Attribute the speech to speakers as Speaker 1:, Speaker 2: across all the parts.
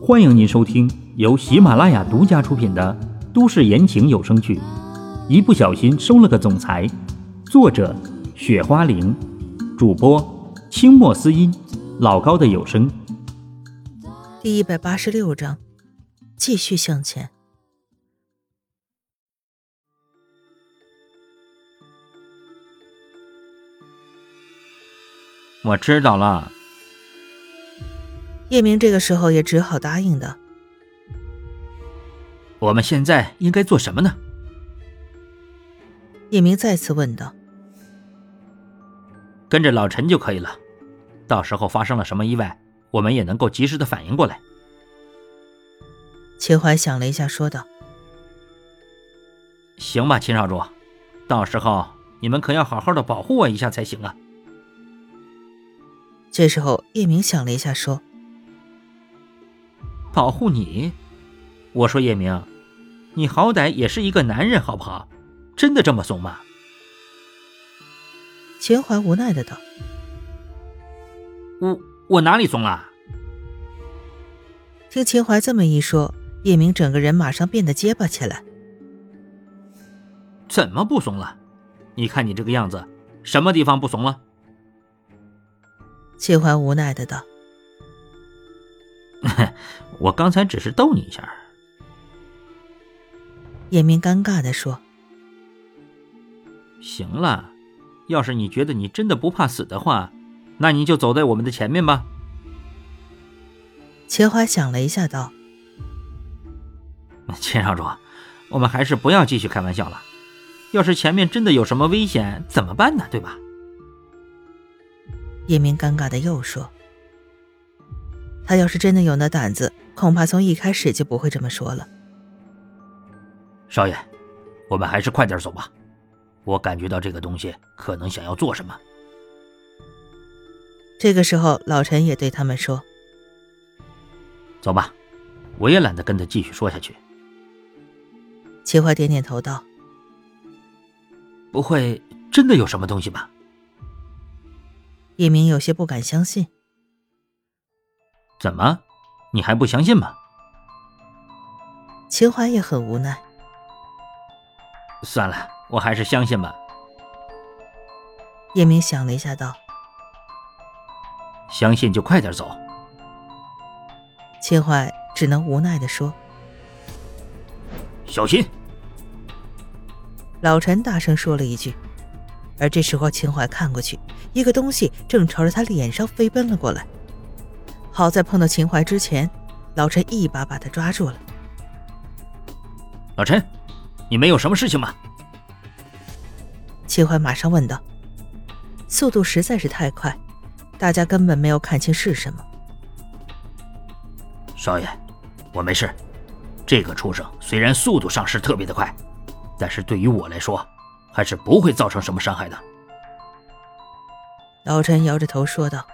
Speaker 1: 欢迎您收听由喜马拉雅独家出品的都市言情有声剧《一不小心收了个总裁》，作者：雪花玲，主播：清墨思音，老高的有声。
Speaker 2: 第一百八十六章，继续向前。
Speaker 3: 我知道了。
Speaker 2: 叶明这个时候也只好答应的。
Speaker 3: 我们现在应该做什么呢？
Speaker 2: 叶明再次问道。
Speaker 3: 跟着老陈就可以了，到时候发生了什么意外，我们也能够及时的反应过来。
Speaker 2: 秦淮想了一下，说道：“
Speaker 3: 行吧，秦少主，到时候你们可要好好的保护我一下才行啊。”
Speaker 2: 这时候，叶明想了一下，说：“
Speaker 3: 保护你？”我说：“叶明，你好歹也是一个男人，好不好？真的这么怂吗？”
Speaker 2: 秦淮无奈的道：“
Speaker 3: 我我哪里怂啊了？”
Speaker 2: 听秦淮这么一说，叶明整个人马上变得结巴起来。
Speaker 3: 怎么不怂了？你看你这个样子，什么地方不怂了？
Speaker 2: 秦淮无奈的道：“
Speaker 3: 我刚才只是逗你一下。”
Speaker 2: 叶明尴尬的说：“
Speaker 3: 行了，要是你觉得你真的不怕死的话，那你就走在我们的前面吧。”
Speaker 2: 秦淮想了一下，道：“
Speaker 3: 秦少主，我们还是不要继续开玩笑了。要是前面真的有什么危险，怎么办呢？对吧？”
Speaker 2: 叶明尴尬的又说：“他要是真的有那胆子，恐怕从一开始就不会这么说了。”
Speaker 3: 少爷，我们还是快点走吧，我感觉到这个东西可能想要做什么。
Speaker 2: 这个时候，老陈也对他们说：“
Speaker 3: 走吧，我也懒得跟他继续说下去。”
Speaker 2: 齐淮点点头道：“
Speaker 3: 不会真的有什么东西吧？”
Speaker 2: 叶明有些不敢相信，
Speaker 3: 怎么，你还不相信吗？
Speaker 2: 秦淮也很无奈。
Speaker 3: 算了，我还是相信吧。
Speaker 2: 叶明想了一下，道：“
Speaker 3: 相信就快点走。”
Speaker 2: 秦淮只能无奈的说：“
Speaker 3: 小心！”
Speaker 2: 老陈大声说了一句。而这时候，秦淮看过去，一个东西正朝着他脸上飞奔了过来。好在碰到秦淮之前，老陈一把把他抓住了。
Speaker 3: 老陈，你们有什么事情吗？
Speaker 2: 秦淮马上问道。速度实在是太快，大家根本没有看清是什么。
Speaker 3: 少爷，我没事。这个畜生虽然速度上是特别的快，但是对于我来说，还是不会造成什么伤害的。
Speaker 2: 老陈摇着头说道：“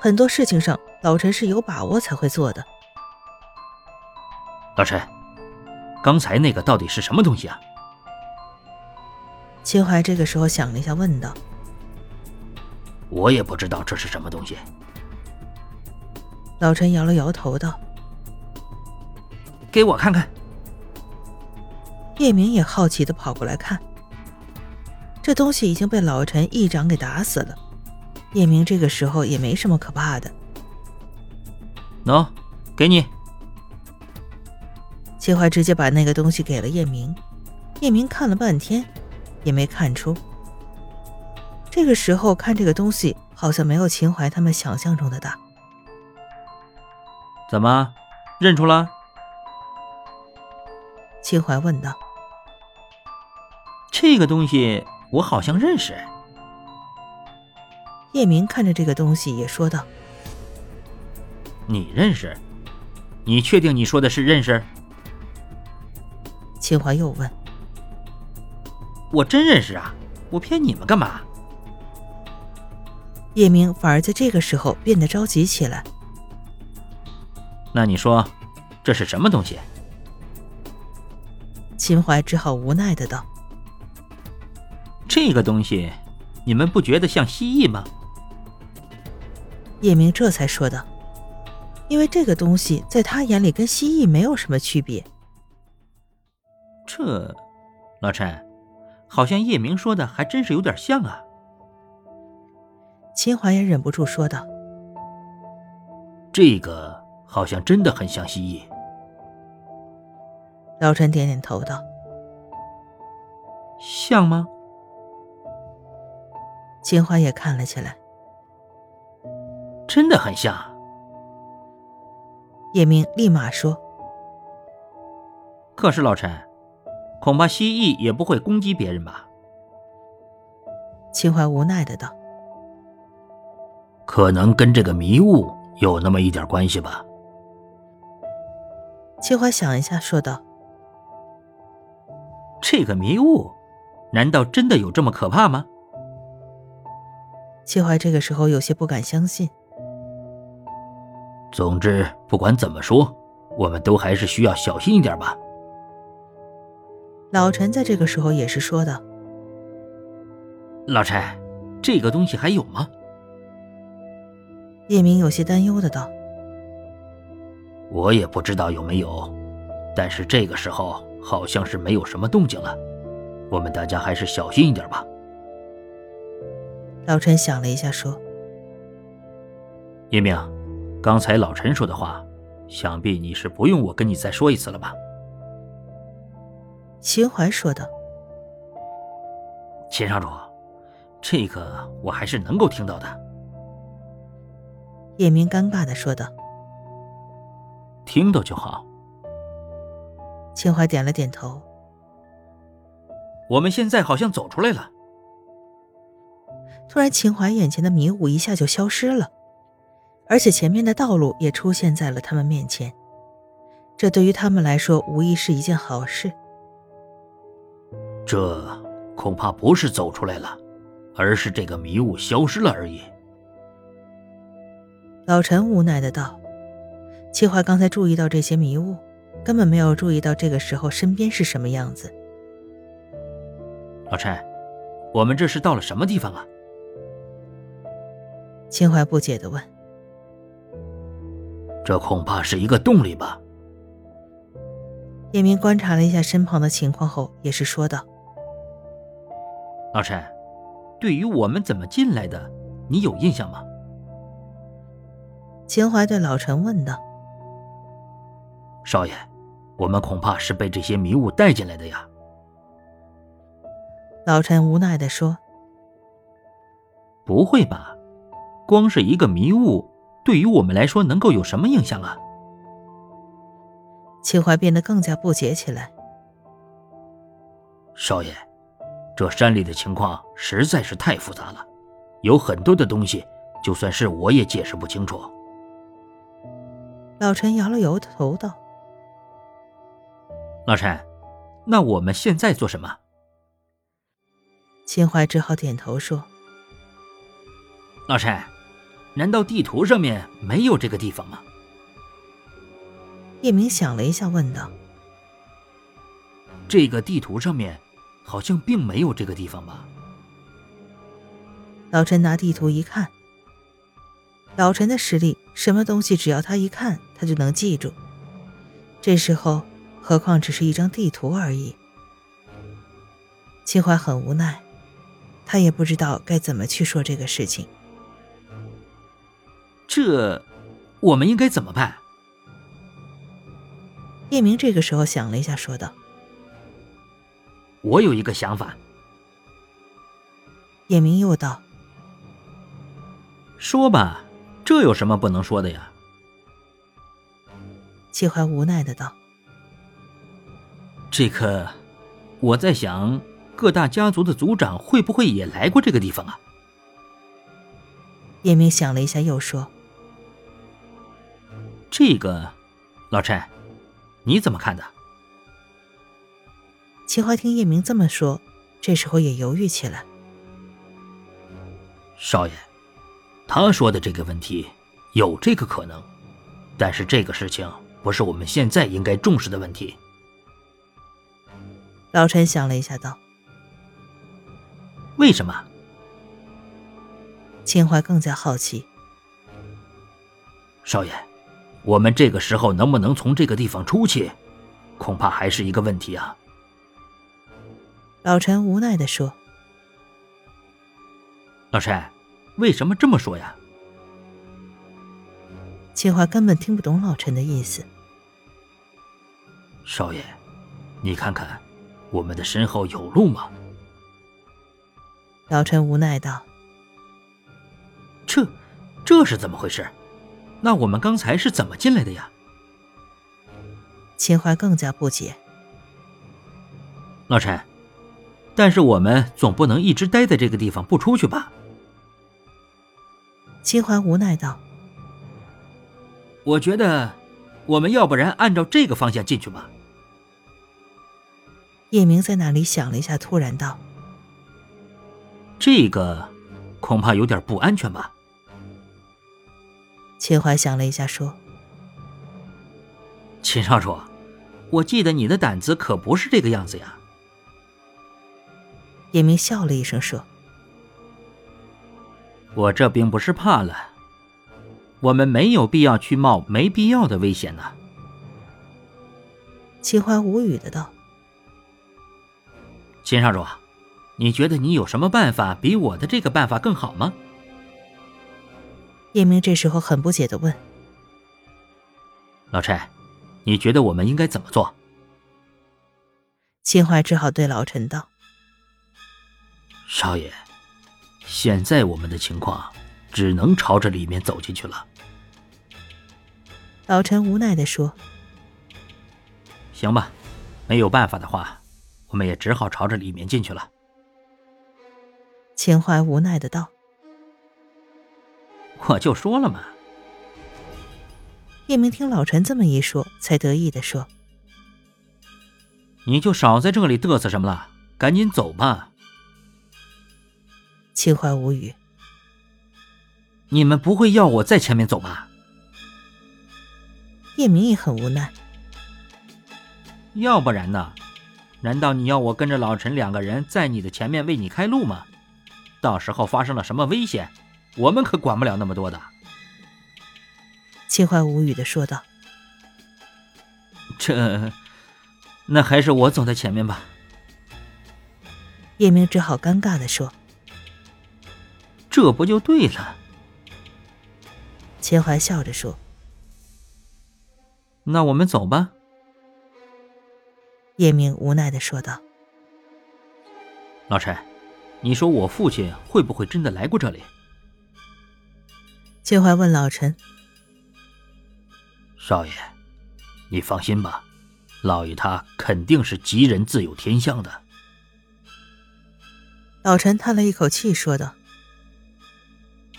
Speaker 2: 很多事情上，老陈是有把握才会做的。”
Speaker 3: 老陈，刚才那个到底是什么东西啊？
Speaker 2: 秦淮这个时候想了一下，问道：“
Speaker 3: 我也不知道这是什么东西。”
Speaker 2: 老陈摇了摇头道：“
Speaker 3: 给我看看。”
Speaker 2: 叶明也好奇的跑过来看。这东西已经被老陈一掌给打死了，叶明这个时候也没什么可怕的。
Speaker 3: 喏、no,，给你。
Speaker 2: 秦淮直接把那个东西给了叶明，叶明看了半天也没看出。这个时候看这个东西，好像没有秦淮他们想象中的大。
Speaker 3: 怎么，认出了？
Speaker 2: 秦淮问道。
Speaker 3: 这个东西我好像认识。
Speaker 2: 叶明看着这个东西也说道：“
Speaker 3: 你认识？你确定你说的是认识？”
Speaker 2: 秦淮又问：“
Speaker 3: 我真认识啊，我骗你们干嘛？”
Speaker 2: 叶明反而在这个时候变得着急起来。
Speaker 3: 那你说这是什么东西？
Speaker 2: 秦淮只好无奈的道。
Speaker 3: 这个东西，你们不觉得像蜥蜴吗？
Speaker 2: 叶明这才说道：“因为这个东西在他眼里跟蜥蜴没有什么区别。
Speaker 3: 这，老陈，好像叶明说的还真是有点像啊。
Speaker 2: 秦淮也忍不住说道
Speaker 3: 这个好像真的很像蜥蜴。：“
Speaker 2: 老陈点点头道。
Speaker 1: 像吗？”
Speaker 2: 秦淮也看了起来。
Speaker 3: 真的很像。
Speaker 2: 叶明立马说
Speaker 3: 可是老陈，恐怕蜥蜴也不会攻击别人吧？：“
Speaker 2: 秦淮无奈的道。
Speaker 3: 可能跟这个迷雾有那么一点关系吧。”
Speaker 2: 秦淮想一下，说道
Speaker 3: 这个迷雾，难道真的有这么可怕吗？：“
Speaker 2: 秦淮这个时候有些不敢相信。
Speaker 3: 总之，不管怎么说，我们都还是需要小心一点吧。”
Speaker 2: 老陈在这个时候也是说道
Speaker 3: 老陈，这个东西还有吗？：“
Speaker 2: 叶明有些担忧的道。
Speaker 3: 我也不知道有没有，但是这个时候好像是没有什么动静了。我们大家还是小心一点吧。”
Speaker 2: 老陈想了一下，说
Speaker 3: 叶明，刚才老陈说的话，想必你是不用我跟你再说一次了吧？：“
Speaker 2: 秦淮说道。”
Speaker 3: 秦少主，这个我还是能够听到的。
Speaker 2: 叶明尴尬的说道。
Speaker 3: 听到就好。
Speaker 2: 秦淮点了点头。
Speaker 3: 我们现在好像走出来了。
Speaker 2: 突然，秦淮眼前的迷雾一下就消失了，而且前面的道路也出现在了他们面前。这对于他们来说，无疑是一件好事。
Speaker 3: 这恐怕不是走出来了，而是这个迷雾消失了而已。
Speaker 2: 老陈无奈的道：“秦淮刚才注意到这些迷雾，根本没有注意到这个时候身边是什么样子。
Speaker 3: 老陈，我们这是到了什么地方啊？”
Speaker 2: 秦淮不解的问
Speaker 3: 这恐怕是一个洞里吧？
Speaker 2: 叶明，观察了一下身旁的情况后，也是说道
Speaker 3: 老陈，对于我们怎么进来的，你有印象吗？：“
Speaker 2: 秦淮对老陈问道。
Speaker 3: 少爷，我们恐怕是被这些迷雾带进来的呀。”
Speaker 2: 老陈无奈的说
Speaker 3: 不会吧？光是一个迷雾，对于我们来说能够有什么影响啊？：“
Speaker 2: 秦淮变得更加不解起来。
Speaker 3: 少爷，这山里的情况实在是太复杂了，有很多的东西，就算是我也解释不清楚。”
Speaker 2: 老陈摇了摇头道。
Speaker 3: 老陈，那我们现在做什么？
Speaker 2: 秦淮只好点头说
Speaker 3: 老陈，难道地图上面没有这个地方吗？：“
Speaker 2: 叶明想了一下，问道
Speaker 3: 这个地图上面好像并没有这个地方吧？：‘
Speaker 2: 老陈拿地图一看，老陈的实力，什么东西只要他一看，他就能记住。这时候，何况只是一张地图而已。’秦淮很无奈，他也不知道该怎么去说这个事情。
Speaker 3: 这，我们应该怎么办？
Speaker 2: 叶明这个时候想了一下，说道
Speaker 3: 我有一个想法，：‘
Speaker 2: 叶明又道，
Speaker 3: 说吧，这有什么不能说的呀？
Speaker 2: 秦淮无奈的道。’
Speaker 3: 这个，我在想，各大家族的族长会不会也来过这个地方啊？
Speaker 2: 叶明想了一下，又说
Speaker 3: 这个，老陈，你怎么看的？：‘
Speaker 2: 秦淮听叶明这么说，这时候也犹豫起来。’
Speaker 3: 少爷，他说的这个问题有这个可能，但是这个事情不是我们现在应该重视的问题。
Speaker 2: 老陈想了一下，道。”
Speaker 3: 为什么？
Speaker 2: 秦淮更加好奇。
Speaker 3: 少爷，我们这个时候能不能从这个地方出去，恐怕还是一个问题啊。
Speaker 2: 老陈无奈地说
Speaker 3: 老陈，为什么这么说呀？：“
Speaker 2: 秦淮根本听不懂老陈的意思。
Speaker 3: 少爷，你看看，我们的身后有路吗？”
Speaker 2: 老陈无奈道
Speaker 3: 这，这是怎么回事？那我们刚才是怎么进来的呀？：“
Speaker 2: 秦淮更加不解。
Speaker 3: 老陈，但是我们总不能一直待在这个地方不出去吧？”
Speaker 2: 秦淮无奈道
Speaker 3: 我觉得，我们要不然按照这个方向进去吧。：“
Speaker 2: 叶明在那里想了一下，突然道
Speaker 3: 这个恐怕有点不安全吧？：‘
Speaker 2: 秦淮想了一下，说
Speaker 3: 秦少主，我记得你的胆子可不是这个样子呀。：‘
Speaker 2: 叶明笑了一声，说
Speaker 3: 我这并不是怕了，我们没有必要去冒没必要的危险呢、：‘
Speaker 2: 秦淮无语的道。
Speaker 3: 秦少主，你觉得你有什么办法比我的这个办法更好吗？’
Speaker 2: 叶明这时候很不解的问
Speaker 3: 老陈，你觉得我们应该怎么做？：‘
Speaker 2: 秦淮只好对老陈道
Speaker 3: 少爷，现在我们的情况只能朝着里面走进去了。：‘
Speaker 2: 老陈无奈的说。
Speaker 3: 行吧，没有办法的话，我们也只好朝着里面进去了。’
Speaker 2: 秦淮无奈的道。
Speaker 3: 我就说了嘛，
Speaker 2: 叶明听老陈这么一说，才得意的说
Speaker 3: 你就少在这里嘚瑟什么了，赶紧走吧。：‘
Speaker 2: 秦淮无语。’
Speaker 3: 你们不会要我在前面走吧？
Speaker 2: 叶明也很无奈。
Speaker 3: 要不然呢？难道你要我跟着老陈两个人在你的前面为你开路吗？到时候发生了什么危险，我们可管不了那么多的。
Speaker 2: 秦淮无语的说道
Speaker 3: 这，那还是我走在前面吧。：“
Speaker 2: 叶明只好尴尬的说。
Speaker 3: 这不就对了？”
Speaker 2: 秦淮笑着说。
Speaker 3: 那我们走吧。
Speaker 2: 叶明无奈的说道
Speaker 3: 老陈，你说我父亲会不会真的来过这里？：“
Speaker 2: 秦淮问老陈，
Speaker 3: 少爷，你放心吧，老爷他肯定是吉人自有天相的。
Speaker 2: 老陈叹了一口气说道：‘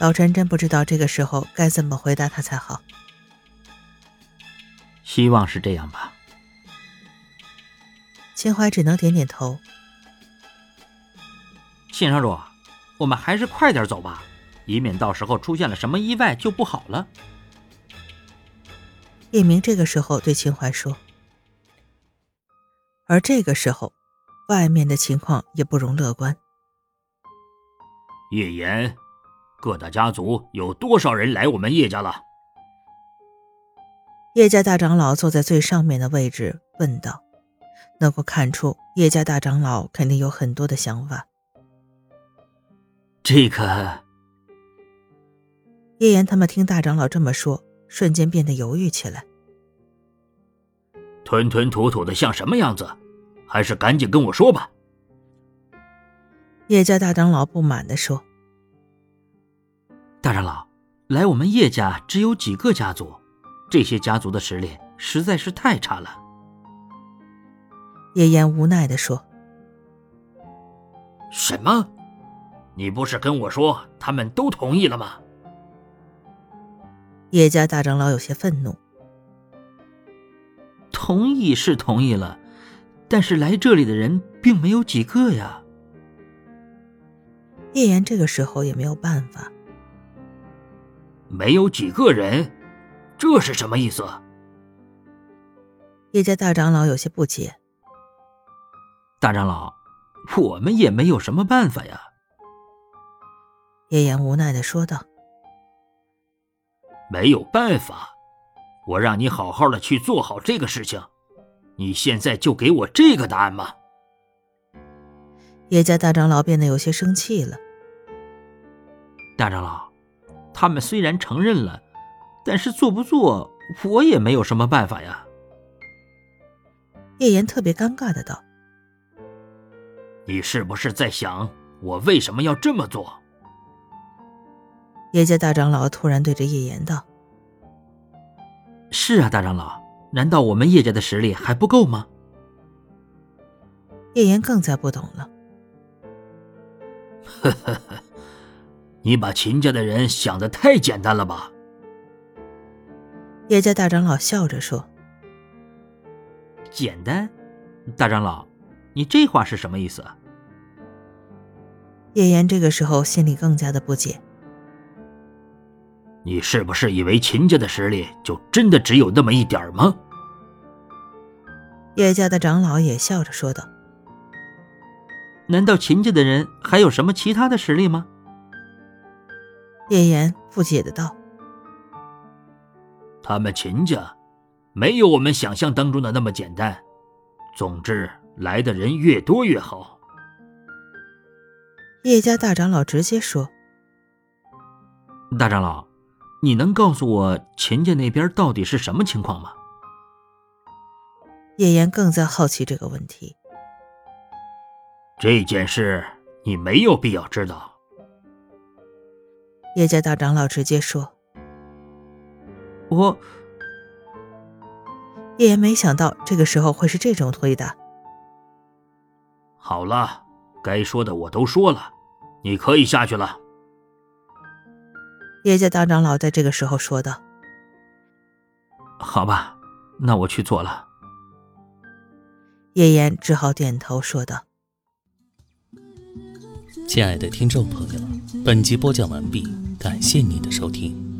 Speaker 2: 老陈真不知道这个时候该怎么回答他才好。
Speaker 3: 希望是这样吧。’
Speaker 2: 秦淮只能点点头。
Speaker 3: 秦少主，我们还是快点走吧，以免到时候出现了什么意外就不好了。
Speaker 2: 叶明这个时候对秦淮说。而这个时候，外面的情况也不容乐观。
Speaker 3: 叶岩，各大家族有多少人来我们叶家了？
Speaker 2: 叶家大长老坐在最上面的位置，问道：“能够看出，叶家大长老肯定有很多的想法。
Speaker 3: 这个，”
Speaker 2: 叶岩他们听大长老这么说，瞬间变得犹豫起来。
Speaker 3: 吞吞吐吐的像什么样子？还是赶紧跟我说吧。
Speaker 2: 叶家大长老不满地说
Speaker 3: 大长老，来我们叶家只有几个家族，这些家族的实力实在是太差了。：“
Speaker 2: 叶岩无奈地说，
Speaker 3: 什么？你不是跟我说他们都同意了吗？
Speaker 2: 叶家大长老有些愤怒。
Speaker 3: 同意是同意了，但是来这里的人并没有几个呀。
Speaker 2: 叶岩这个时候也没有办法。
Speaker 3: 没有几个人，这是什么意思？
Speaker 2: 叶家大长老有些不解。
Speaker 3: 大长老，我们也没有什么办法呀。
Speaker 2: 叶岩无奈地说道
Speaker 3: 没有办法，我让你好好的去做好这个事情，你现在就给我这个答案吗？
Speaker 2: 叶家大长老变得有些生气了。
Speaker 3: 大长老，他们虽然承认了，但是做不做，我也没有什么办法呀。
Speaker 2: 叶岩特别尴尬的道
Speaker 3: 你是不是在想我为什么要这么做？：“
Speaker 2: 叶家大长老突然对着叶岩道
Speaker 3: 是啊，大长老，难道我们叶家的实力还不够吗？：‘
Speaker 2: 叶岩更加不懂了。
Speaker 3: 你把秦家的人想得太简单了吧？’
Speaker 2: 叶家大长老笑着说
Speaker 3: 简单？大长老，你这话是什么意思啊？：‘
Speaker 2: 叶岩这个时候心里更加的不解。
Speaker 3: 你是不是以为秦家的实力就真的只有那么一点儿吗？’
Speaker 2: 叶家的长老也笑着说道
Speaker 3: 难道秦家的人还有什么其他的实力吗？：‘
Speaker 2: 叶岩不解的道。
Speaker 3: 他们秦家没有我们想象当中的那么简单。总之，来的人越多越好。’
Speaker 2: 叶家大长老直接说
Speaker 3: 大长老，你能告诉我秦家那边到底是什么情况吗？：‘
Speaker 2: 叶岩更加好奇这个问题。
Speaker 3: 这件事你没有必要知道。”
Speaker 2: 叶家大长老直接说。
Speaker 3: 我
Speaker 2: 叶岩没想到这个时候会是这种回答。
Speaker 3: 好了，该说的我都说了，你可以下去了。
Speaker 2: 叶家大长老在这个时候说道。
Speaker 3: 好吧，那我去做了。
Speaker 2: 叶岩只好点头说道。
Speaker 4: 亲爱的听众朋友，本集播讲完毕，感谢您的收听。